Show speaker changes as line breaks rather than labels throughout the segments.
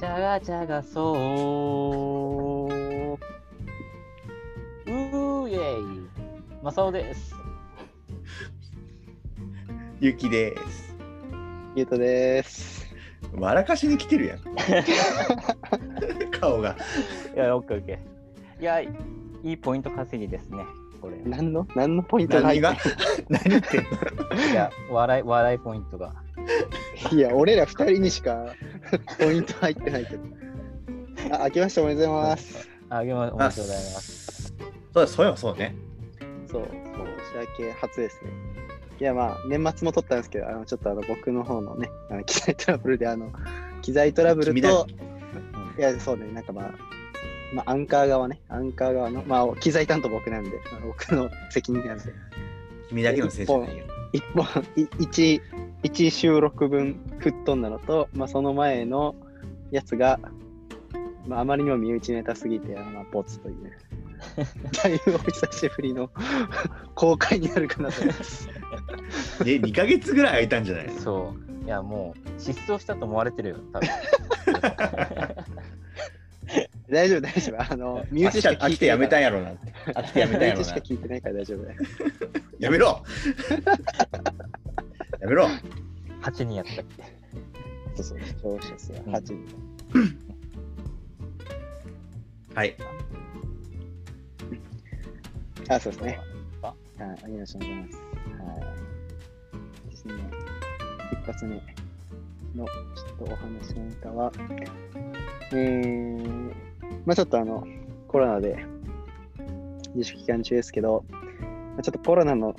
ガチャがそう。うーイェイ。マサオです。
ゆきです。
ゆうとです。
笑かしに来てるやん。顔が。
いや、オッケーオッケー。いや、いいポイント稼ぎですね。これ。
何の何のポイントが入
何
っ
が何言ってんの
いや、笑い、笑いポイントが。
いや、俺ら二人にしか ポイント入ってないけど。あ、明けましておめでとうございます。
あげま、おめでとうございます。
す。そうだ、そうや、そうね。
そう、年明け初ですね。いや、まあ、年末も撮ったんですけど、あのちょっとあの僕の方のね、あの機材トラブルで、あの、機材トラブル
君だ
と、いや、そうね、なんかまあ、まあ、アンカー側ね、アンカー側の、まあ、機材担当僕なんで、まあ僕の責任なんで、
君だけのせいじゃないよ。
一本い一一収録分吹っ飛んだのと、まあ、その前のやつが、まあ、あまりにも身内ネタすぎて、あのまあ、ボツ という。だいぶお久しぶりの公開になるかなと思います。
で、2ヶ月ぐらい空いたんじゃないの
そう。いや、もう、失踪したと思われてるよ。多分。
大丈夫、大丈夫。あの、身
飽
内
き
しか
た
聞
飽き
い
て
て
や
な
め
いか
たんや
ら。
ろうなって。飽きてやめたんや
身
ろう
内し
な
か。聞いてないから大丈夫だよ。
やめろやめろ
八人やったっ け。
そうそう、視聴者数は8人。
はい。
あ、そうですね。
あ
はい、よろしくお願いします。はい。ですね、一発目のちょっとお話の歌は、えー、まあちょっとあの、コロナで自粛期間中ですけど、まあちょっとコロナの、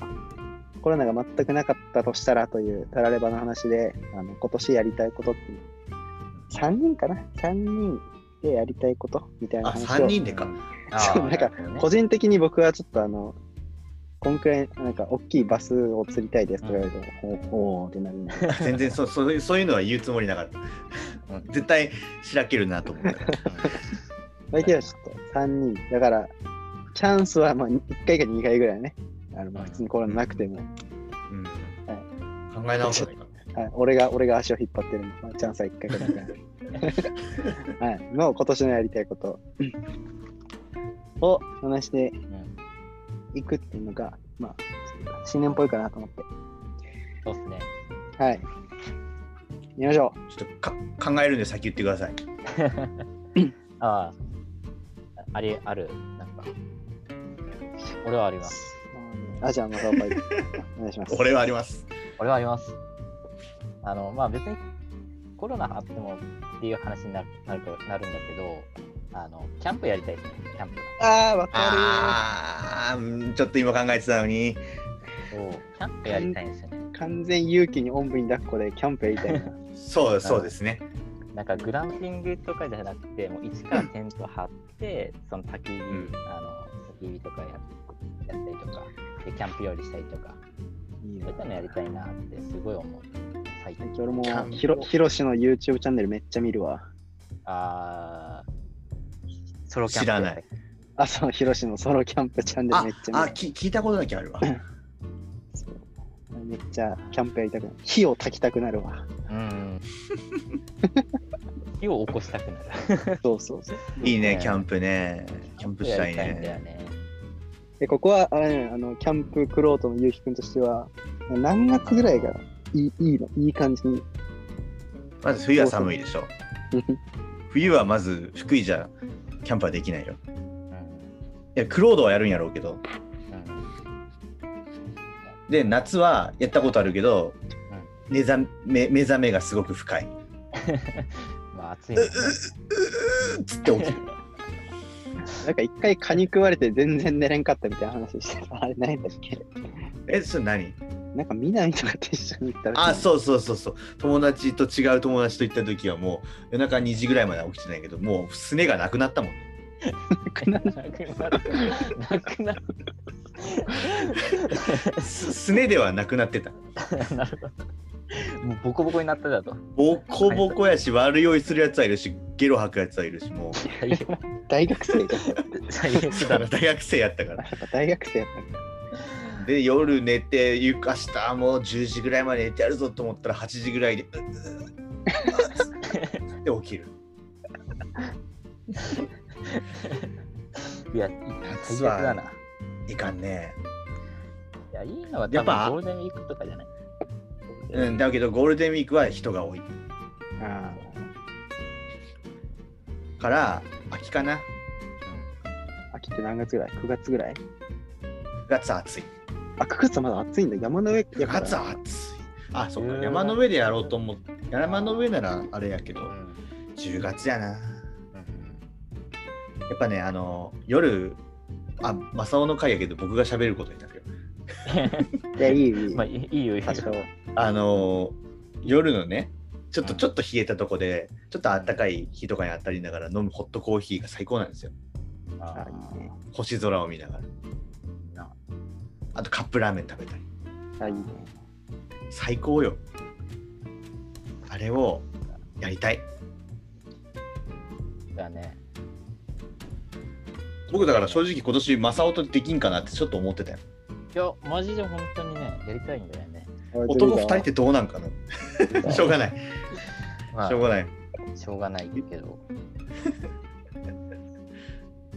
コロナが全くなかったとしたらというたらればの話で、あの今年やりたいことっていう、3人かな ?3 人でやりたいことみたい
あ、
な話
3
を。
人でか。
そうなんか個
こ
人的に僕はちょっとあの、こんくらい、なんか、大きいバスを釣りたいですとか言われても、ほうほうってなるんで。
全然そうそういうそういうのは言うつもりなかった。うん絶対しらけるなと思ったから。
だけど、ちょっと3人。だから、チャンスは、まあ、1回か2回ぐらいね。あの、まあ、
うん
普通にコロナなくても、
うん考え直さないか。
はい、俺が、俺が足を引っ張ってるんで、まあ、チャンスは1回か2回ぐ らい。はい。の、今年のやりたいことを話していくっていうのが、まあ、新年っぽいかなと思って。
そうっすね。
はい。やりましょう。
ちょっとか考えるんで先言ってください。
ああ。あれ、ある。なんか。俺はあります。
あ、じゃあ、またお会い。お願いします。
俺はあります。
俺はあります。あの、まあ別にコロナあってもっていう話になるなるとなるんだけど、あの、キャンプやりたいですね、キャンプ。
ああ、わか
ああ、うんちょっと今考えてたのに。
そうキャンプやりたいんですよね。
る。完全勇気におんぶに抱っこでキャンプやりた いな。
そうそうですね。
なんかグランピングとかじゃなくて、もう一からテント張って、 その焚き火、
ん
あの、焚き火とかややったりとか、で、キャンプ料理したりとか、
いい
そういったのやりたいなってすごい思う。最近。
俺も
キャンプ
ひろひろしの YouTube チャンネルめっちゃ見るわ。
あー、ソロキャンプ
知らない
あ、そう、ひろしのソロキャンプチャンネル
あ
めっちゃ
あ
見る。
き聞いたことだけあるわ。
そうめっちゃキャンプやりたくなる。火を焚きたくな るわ。
うん。火を起こしたくなる。
そうそうそう。
いいね、キャンプね。キャンプしたい
やりたんだよ
ね。
ね。
で、ここは、あれね、あの、キャンプクロートのゆうきくんとしては、何月ぐらいがいいいいのいい感じに。
まず冬は寒いでしょ。冬はまず福井じゃキャンプはできないよ。
うん
いや、クロードはやるんやろうけど。で、夏はやったことあるけど、目覚め目覚めがすごく深い。
うんまあ暑いもんね。
うーっつって起きる。
なんか一回蚊に食われて全然寝れんかったみたいな話してた。あれ何だっけ
え、それ何
なんか南とかと一緒に行ったら
あ、そうそうそうそう。友達と違う友達と行った時はもう夜中2時ぐらいまでは起きてないけど、もうすねがなくなったもんね。
う。くな
なくなる。なくなる。
すすねではなくなってた。
なるほど。もうボコボコになっただと。
ボコボコやし、悪酔いするやつはいるし、ゲロ吐くやつはいるし、もう。
最悪
大学生が
最悪だ
大学生やった から。
やっぱ大学生やった
で、夜寝て、ゆかしたもう10時ぐらいまで寝てやるぞと思ったら、8時ぐらいで、うっうっうっって起きる。
いや、最
夏
悪
は
だな。い
いかんね。
や、いいのは
や
多
っぱ
分ゴールデンウィークとかじゃない。
うん、だけどゴールデンウィークは人が多い
あ
から、秋かな。
あ、秋って何月 ぐらい ?9 月ぐらい
9月は暑い。
あ、9月はまだ暑いんだ。山の上や
9
か ら
月は暑い。あ、そっ
う
か。
ん
山の上でやろうと思って、山の上ならあれやけど、10月やな。やっぱね、あの、夜、あ、正雄の回やけど、僕が喋ることになるよ。
いや、いい、いい。
まあ、いいいいよ、いいよ。
多少。
あの夜のねちょっと
うん
ちょっと冷えたとこでちょっとあったかい日とかにあたりながら飲むホットコーヒーが最高なんですよ
あ
いいね
星空を見ながら
ーな
あとカップラーメン食べたり
あ、いいね。
最高よあれをやりたい
だね。
僕だから正直今年マサオとできんかなってちょっと思ってたよ
いや、マジで本当にね、やりたいんだよね。
男2人ってどうなんかなしょうがない
まあ
しょうがない
しょうがないけ ど。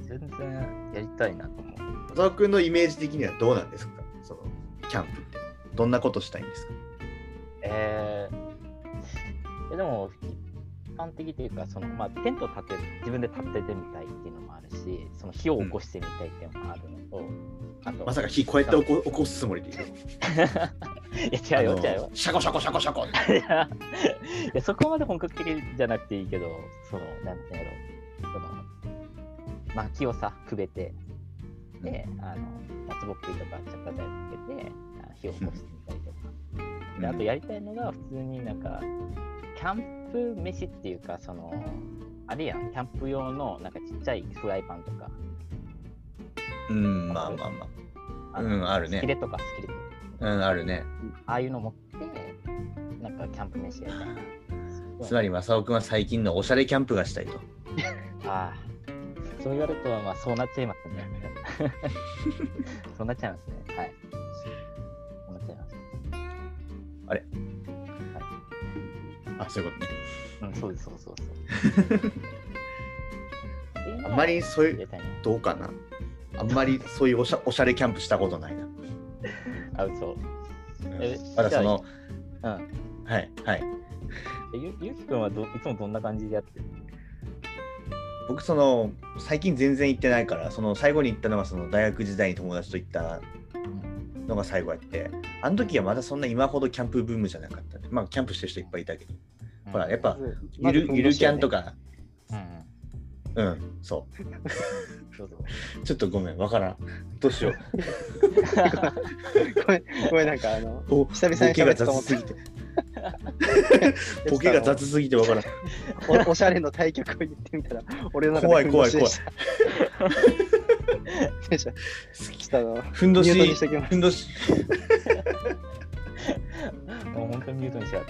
全然やりたいなと思う。
マサオ君のイメージ的にはどうなんですかそのキャンプってどんなことしたいんですか
えー、えでも、一般的というか、そのまあ、テント立て自分で立ててみたいっていうのもあるし、その火を起こしてみたいっていうのもあるのと、あと、
まさか火こうやって起こ起こすつもりでいる
いや、違うよ、違うよ。
シャコシャコシャコシャコ
いやいやそこまで本格的じゃなくていいけど、その、なんていうんやろ、その、薪をさ、くべて、で、あの、松ぼっくりとか着火剤つけて、あの火を起こしてみたりとか。であとやりたいのが普通になんかキャンプ飯っていうかそのあれやんキャンプ用のなんかちっちゃいフライパンとか
うん、まあまあまあ。
あ
う
の
ん、ある
スキレ
ね。
とかスキレ
うん、あるね。
ああいうの持ってなんかキャンプ飯やりたいな
つまり、正雄君は最近のおしゃれキャンプがしたいと。
ああそう言われるとまあそうなっちゃいますね そうなっちゃいますねはいそうなっちゃいます
あ、そういうことね。
うんそうですそうですそうですっていうの
あ
は
んまりそう
や
い
り
う、
たいな
どうかな。あんまりそういうおしゃおしゃれキャンプしたことないな。
あそうえ
まだその、
うん
はい、は
え
い。
ゆゆうきくんはどいつもどんな感じでやってる
僕、その、最近全然行ってないから、その、最後に行ったのが、その、大学時代に友達と行ったのが最後やって、あの時はまだそんな今ほどキャンプブームじゃなかったね。まあ、キャンプしてる人いっぱいいたけど、ほら、やっぱ、ゆるゆるキャンと
か。
か、
うんうん
うん、そう。
どうぞ。
ちょっとごめん、わからん。どうし よう。
ごめん、ごめん、なんかあの、
お
久々に
ボケが
喋ったと思
雑
っ
すぎ
て
て。ボケが雑すぎてわからん。
おお しゃれの対局を言ってみたら、俺の中で
怖い怖い
ふん
怖
ど
い
し。でした。失礼したの。
ふんど
ミュートに
し
し、ときます
ふんどし。
もう本当にミュートにしちゃっ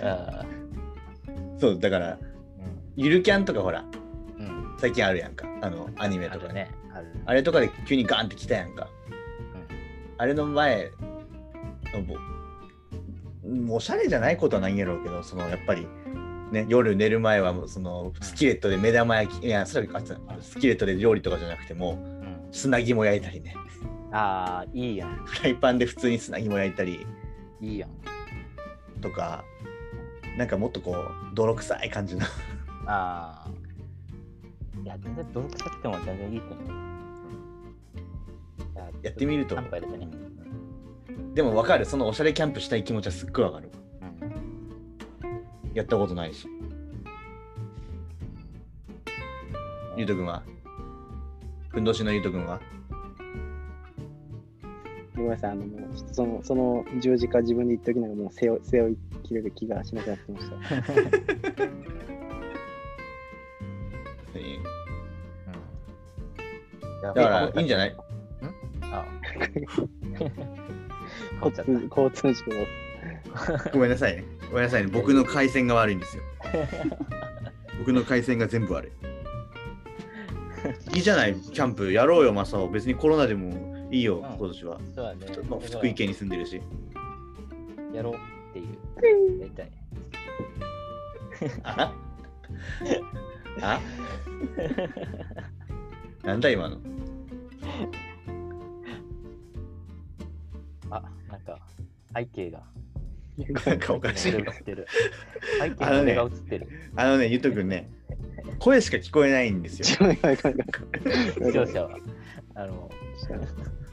た。 ああ。
そう、だから、ゆるキャンとかほら、
うん。うん。
最近あるやんか。あの、アニメ
あ
とか
る
ね。
ね。ある。
あれとかで急にガンって来たやんか。あれの前のぼ、うんおしゃれじゃないことはないんやろうけど、そのやっぱり、ね、夜寝る前はもうそのスキレットで目玉焼き、いや、それはあスキレットで料理とかじゃなくても、
うん。うん、
砂肝焼いたりね、
ああ、いいやん。
フライパンで普通に砂肝焼いたり、
いいやん。
とかなんかもっとこう泥臭い感じの
ああ。いや、全然泥臭くても全然いいと思う。や
やってみると
キャンプやれてね。
でもわかるそのおしゃれキャンプしたい気持ちはすっごいわかる
うん。
やったことないしゆうとくんはふんどしのゆうとくんは
ごめんなさい、あの、もう、ちょっとその、その十字架自分で言っておきながら、もう背負、背負い切れる気がしなくなってきました。
えー
うん
だからいいんじゃ ない
あこっ
交
ちゃっ
通、交通事故の
ごめんなさいねごめんなさいね僕の回線が悪いんですよ僕の回線が全部悪いいいじゃないキャンプやろうよマサオ別にコロナでもいいよ
うん
今年は、
た。そうだね
まあ。福井県に住んでるし
やろうっていう。やりたい。
ああなんだ今の。
あ、なんか、背景が。
なんかおかしいよ
俺が映ってる。背景に俺が映ってる。
あのね、ゆうとくんね、声しか聞こえないんですよ。
違う違う違う
視
違
聴
う
者は。あの、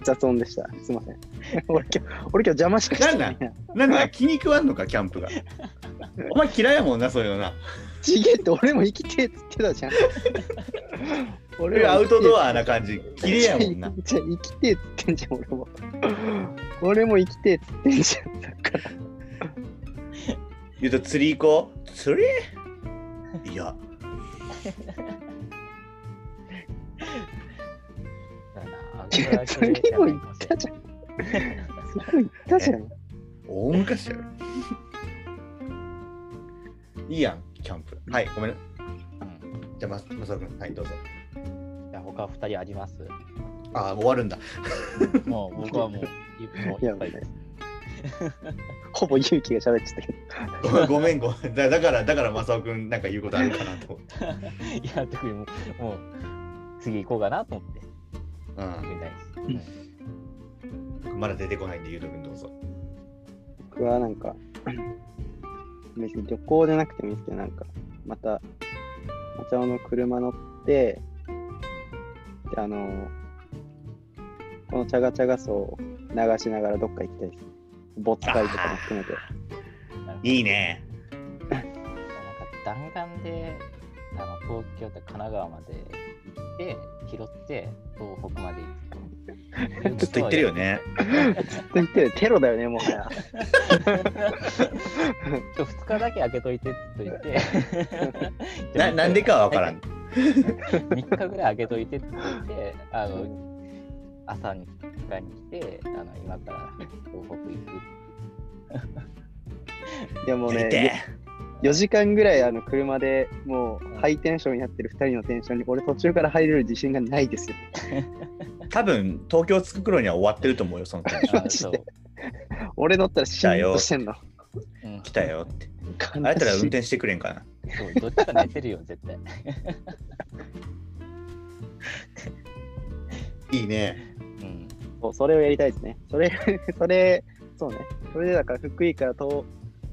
雑音でした。すいません。 俺今日、俺今日邪魔しかしてない
な
な。
んか気に食わんのか、キャンプが。お前嫌いやもんな、そういうのな。
ちげえって俺も生きてえっつってたじゃん。
俺アウトドアな感じ、綺麗やもんな。
じゃあ生きてえっつってんじゃん、俺も。俺も生きてえっつってんじゃん。だから
ゆうと釣り行こう。釣りいや、
なんだな
いやそれも言ったじゃん。それも言ったじゃん。
大昔やろ。いいやん、キャンプ。はい、ごめん。
うん
じゃあ、ままさるくん、はい、どうぞ。
じゃあ他二人あります
ああ、終わるん だ。
もう僕はもう、もういっぱいです。
ほぼ勇気が喋っちゃったけど。
ごめん、ごめん。だだから、だから、まさおくん、なんか言うことあるかなと思って。
いや、特にもう、もう次行こうかなと思って、
うん
みたいです。
まだ出てこないんで、ゆうとくんどうぞ。
僕はなんか、別に旅行じゃなくてもいいですけど、なんか、また、マチャオの車乗って、で、あの、このチャガチャガ層を流しながらどっか行きたいです。ボッツ会とかも含めて。
なんか
いいね。
なんか弾丸であの東京と神奈川まで行って拾って東北まで行く
ずっと言ってるよ
ね。
ね。
ずっと言ってるテロだよね、もはや。
ちょ2日だけ開けといてって言っといて
ななんでかは分からん。
3日ぐらい開けといてって言ってあの朝に迎えに来てあの今から東北行く
いやもう
やり
ね
て、
4時間ぐらいあの車でもうハイテンションになってる2人のテンションに俺途中から入れる自信がないですよ。
え多分東京着く頃には終わってると思うよ、その時
あ
マジで
そう
俺乗ったらシーンとしてんの。
うん
来たよって。
あ
あれやったら運転してくれんかな。
そうどっちか寝てるよ絶対
いいね。
うん
そうそれをやりたいですね。それ、 それ、そうね。それでだから福井から東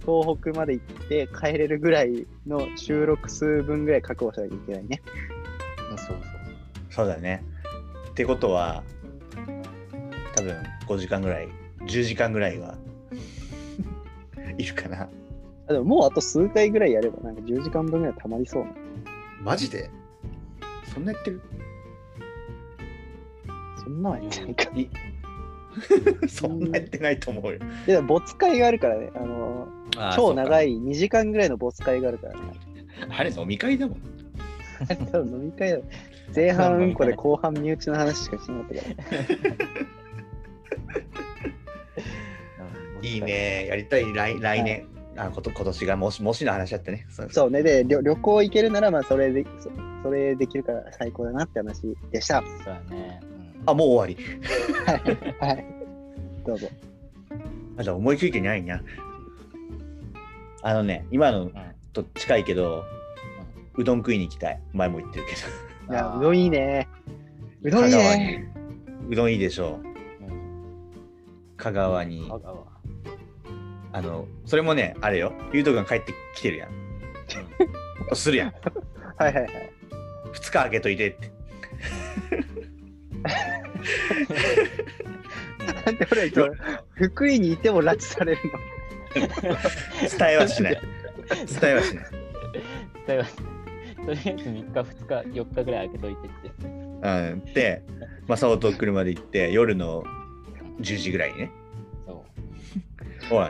東北まで行って帰れるぐらいの収録数分ぐらい確保しないといけないね。
そうそう
そうだね。ってことは、多分5時間ぐらい、10時間ぐらいは いるかな。
あでももうあと数回ぐらいやればなんか10時間分ぐらいたまりそうな。
マジでそんなやってる
そんなはやってないか。
い そんなやってないと思うよ。
で、没会があるからね。あの超長い2時間ぐらいの没会があるからね。
そうか。あれ飲み会だもん。
多分飲み会だよ前半うんこで後半身内の話しかしなかったから。
うん
いいね。やりたい来来年。あこと今年がもしもしの話だったね。そう
そうね。で、旅旅行行けるなら、まあ、それで、そそれできるから最高だなって話でした。は
そうだね、うん
あ、もう終わり。
い。どうぞ。
まだ思いついてないな。あのね、今のと近いけど、うどん食いに行きたい。前も言ってるけ
いや、うどんいい。ね。うどんいい
香川に
ね。
ど。うどんいいでしょう。
うん
香川に。
香 川
あの、それもね、あれよ。ゆうとくん帰ってきてる やん。するやん。
はいはいはい。
2日空けといてって。
なんで俺、今日福井にいても拉致されるの
伝えはし ない。伝えはしない。
だよとりあえず3日、2日、4日ぐらい開けといてって。
うん、で、まさおと車で行って、夜の10時ぐらいにね、
そ
おい、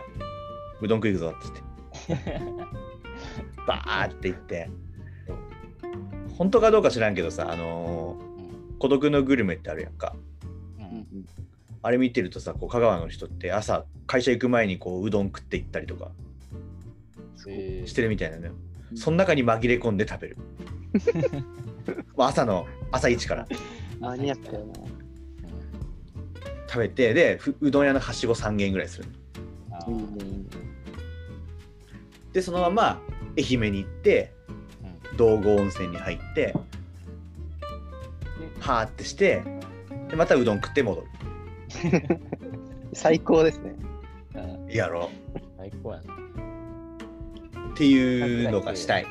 うどん食い行くぞって言って、 バーって行って、本当かどうか知らんけどさ、あの
う。うん
ー孤独のグルメってあるやんか。
うん
あれ見てるとさ、こう香川の人って朝、会社行く前にこううどん食って行ったりとか
えー
してるみたいなのよ。その中に紛れ込んで食べる。まあ朝の朝一から
マニアックだな。
うん
食べてでふうどん屋のはしご3軒ぐらいする
あ
いい
ー
ね。
でそのまま愛媛に行って
うん
道後温泉に入ってパーってしてでまたうどん食って戻る
最高ですね。
うん
やろ
最高やな。
うっていうのがしたい
うん。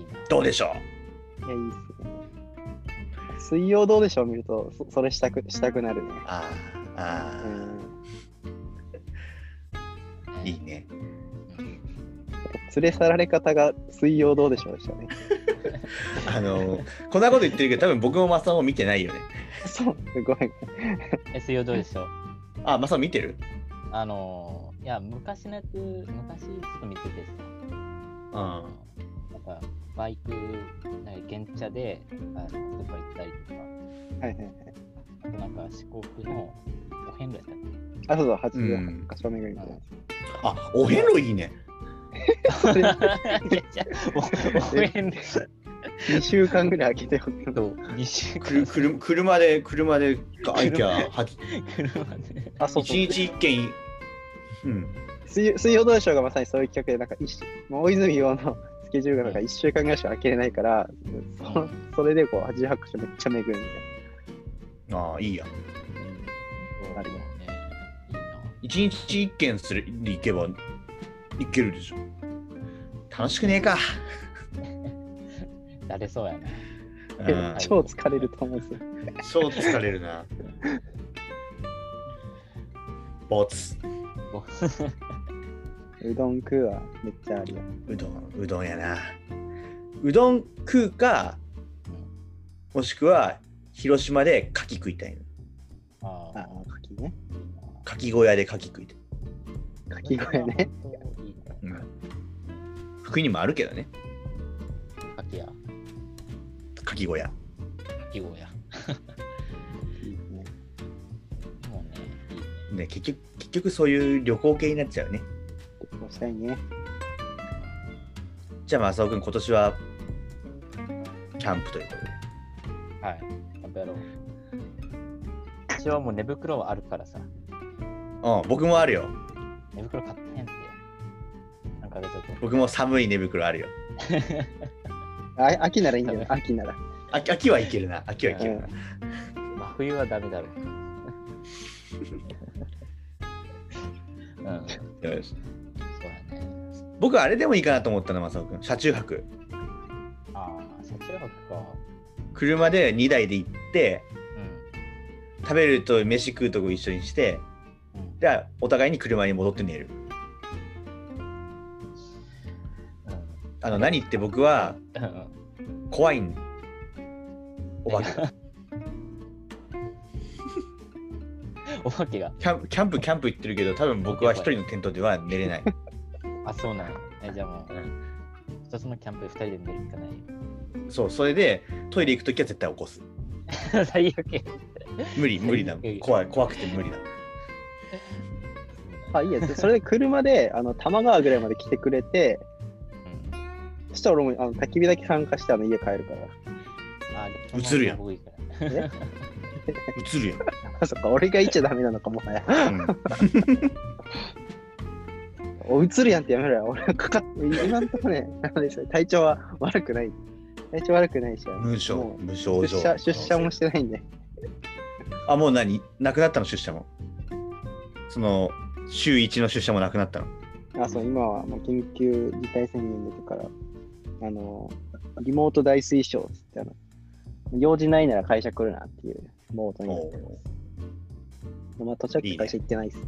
いいな。
どうでしょ
いや、いいっすね。水曜どうでしょう見ると、そそれしたくしたくなるね。
うあーあ
う
ー
ん。
いいね
連れ去られ方が水曜どうでしょうでしたね。
あのこんなこと言ってるけど多分僕もマサオ見てないよね
そう、ごめん。
え、水曜どうでしょう
あマサオ見てる
あのー、いや、昔のやつ、昔ちょっと見ててさ。
うん
あのなんか、バイク、なんか、原茶で、あの、スーパー行ったりとか、
はいはいはい。
あとなんか、四国の、お遍路やったっ
あ、そうそう、
うん
88箇所巡りみたいな。
あお遍路いいね
それ
け いやいやおお遍路。
2週間ぐらい空けておく
と2週
くる
間
くる車で車でガーイキャーはち
車で
あ、そうそう
一日一軒いうん
水水曜どうでしょうがまさにそういう企画で、なんか一週、もう大泉洋のスケジュールがなんか1週間ぐらいしか空けれないから、そそれでこう88箇所めっちゃ巡るみたいな。
ああいいや
うん
ありま
ねいいな
一日一軒する行けば行けるでしょ楽しくねえか、
だれそうやな。
うん、
超疲れると思うんですよ。
超疲れる なボツ
お
うどん食うはめっちゃありよ。
うどんうどんやなうどん食うかもしくは広島で牡蠣食いたいの
あ
あ、柿ね。
牡蠣小屋で牡蠣食いたい、
柿小屋ね。
いいな
うん、福井にもあるけどね
かきや、
牡蠣小屋
かき小屋。
いいね
もうね、いいね。
ね結局結局そういう旅行系になっちゃうね
結構したいね。
じゃあ正雄君今年はキャンプということで
はい。キャンプやろう。私はもう寝袋はあるからさ、
うん僕もあるよ
寝袋買ってへんって。なんかあげちょっと。
僕も寒い寝袋あるよ
あ秋ならいいんだよ。秋なら。
秋秋はいけるな秋はいけるな、
真冬はダメだろう。うん、そう
よし
だね。
僕あれでもいいかなと思ったの正雄君車中泊
ああ、車中泊か。
車で2台で行って
うん。
食べると飯食うとこ一緒にして
うん
でお互いに車に戻って寝る
う
あの何言って僕は
ん。うん
怖いんお化けが
お化けが。
キャンキャンプキャンプ行ってるけど多分僕は一人のテントでは寝れない
あ、そうなんや。えじゃあもう
う、ん
一つのキャンプで二人で寝るしかない。
そうそれでトイレ行く時は絶対起こす
最悪や。
無理無理だもん怖い怖くて無理だ
あ、いいや。それで車 で、あの、多摩川ぐらいまで来てくれて、
うん
そしたら俺もあの焚き火だけ参加して、あの、家帰るか
あで
映るやん
僕いいから
ら。え
映る
あ、 そっか。俺が言っちゃダメなのか、もはや。
やん、うん
お、映るやんってやめろよ。俺はかかっ今んとこね、あのですね体調は悪くない。体調悪くないし。
無症
も
無
う
症
出
状
社、出社もしてないんで。
あもう何なくなったの出社もその週一の出社もなくなったの
あ、そう、今はもう緊急事態宣言出てから、あの、リモート大推奨っつって、あの、用事ないなら会社来るなっていうモードになってま
お
す。まあ、年明け会社行ってないっすね。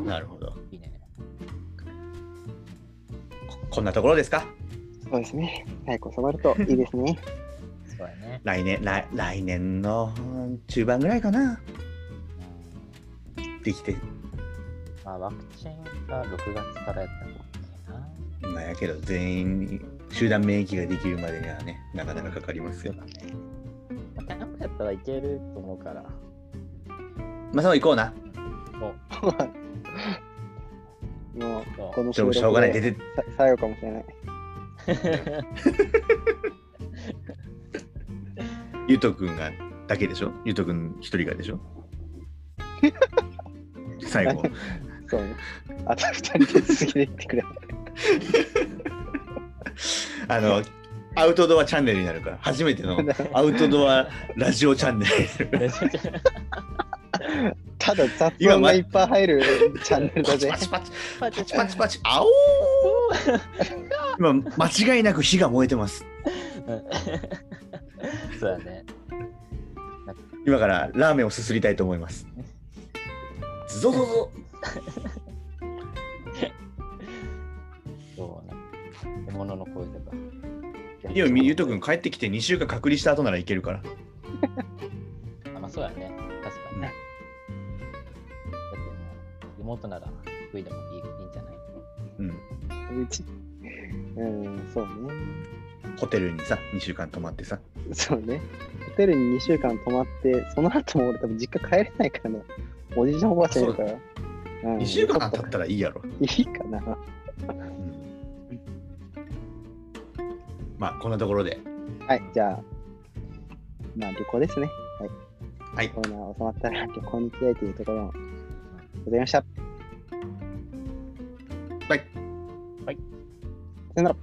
あ
なるほど
いいね。
ここんなところですか
そうですね。早く収まるといいですね。
そうやね。
来年来来年のうん中盤ぐらいかな
うん
できて
まあ、ワクチンが6月からやったもんな。
まあやけど全員に集団免疫ができるまでにはねなかなかかかりますよ
そうだね。まあキャンプやったらいけると思うから。
まあそう行こうな
お
もう、
そう
この
し
収
ょう
録
しょうがない出
で
て
さ最後かもしれない。
ゆうとくんがだけでしょゆうとくん一人が でしょ最後
そうね。あと二人で続けていってくれ。
あの、アウトドアチャンネルになるから、初めて のアウトドアラジオチャンネル。
ただ雑
今
音
ま
がいっぱい入るチャンネル
パ
だ
チ
ぜ
パ。チパチ、パチパチパチ、あお ー今、間違いなく火が燃えてます。
そうだね。
今からラーメンをすすりたいと思います。ズゾゾゾ。
そうなん。獲物の声とか。
いや、ゆうとくん帰ってきて2週間隔離した後ならいけるから。
あまあそうだね。確かにね。だってもう、リモートなら福井でもいいいいんじゃない
うん。
うちうん、そう
ホテルにさ、2週間泊まってさ。
ね。そうね。ホテルに2週間泊まって、その後も俺多分実家帰れないからね。おじいちゃんおばあちゃんいるから。うん
2週間経ったらいいやろ。
いいかな。
うんまあ、こんなところで。
はい、じゃあ、まあ旅行ですね。はい。
はい
コロナ収まったら旅行に行きたいというところもございました。
バイ
さよなら。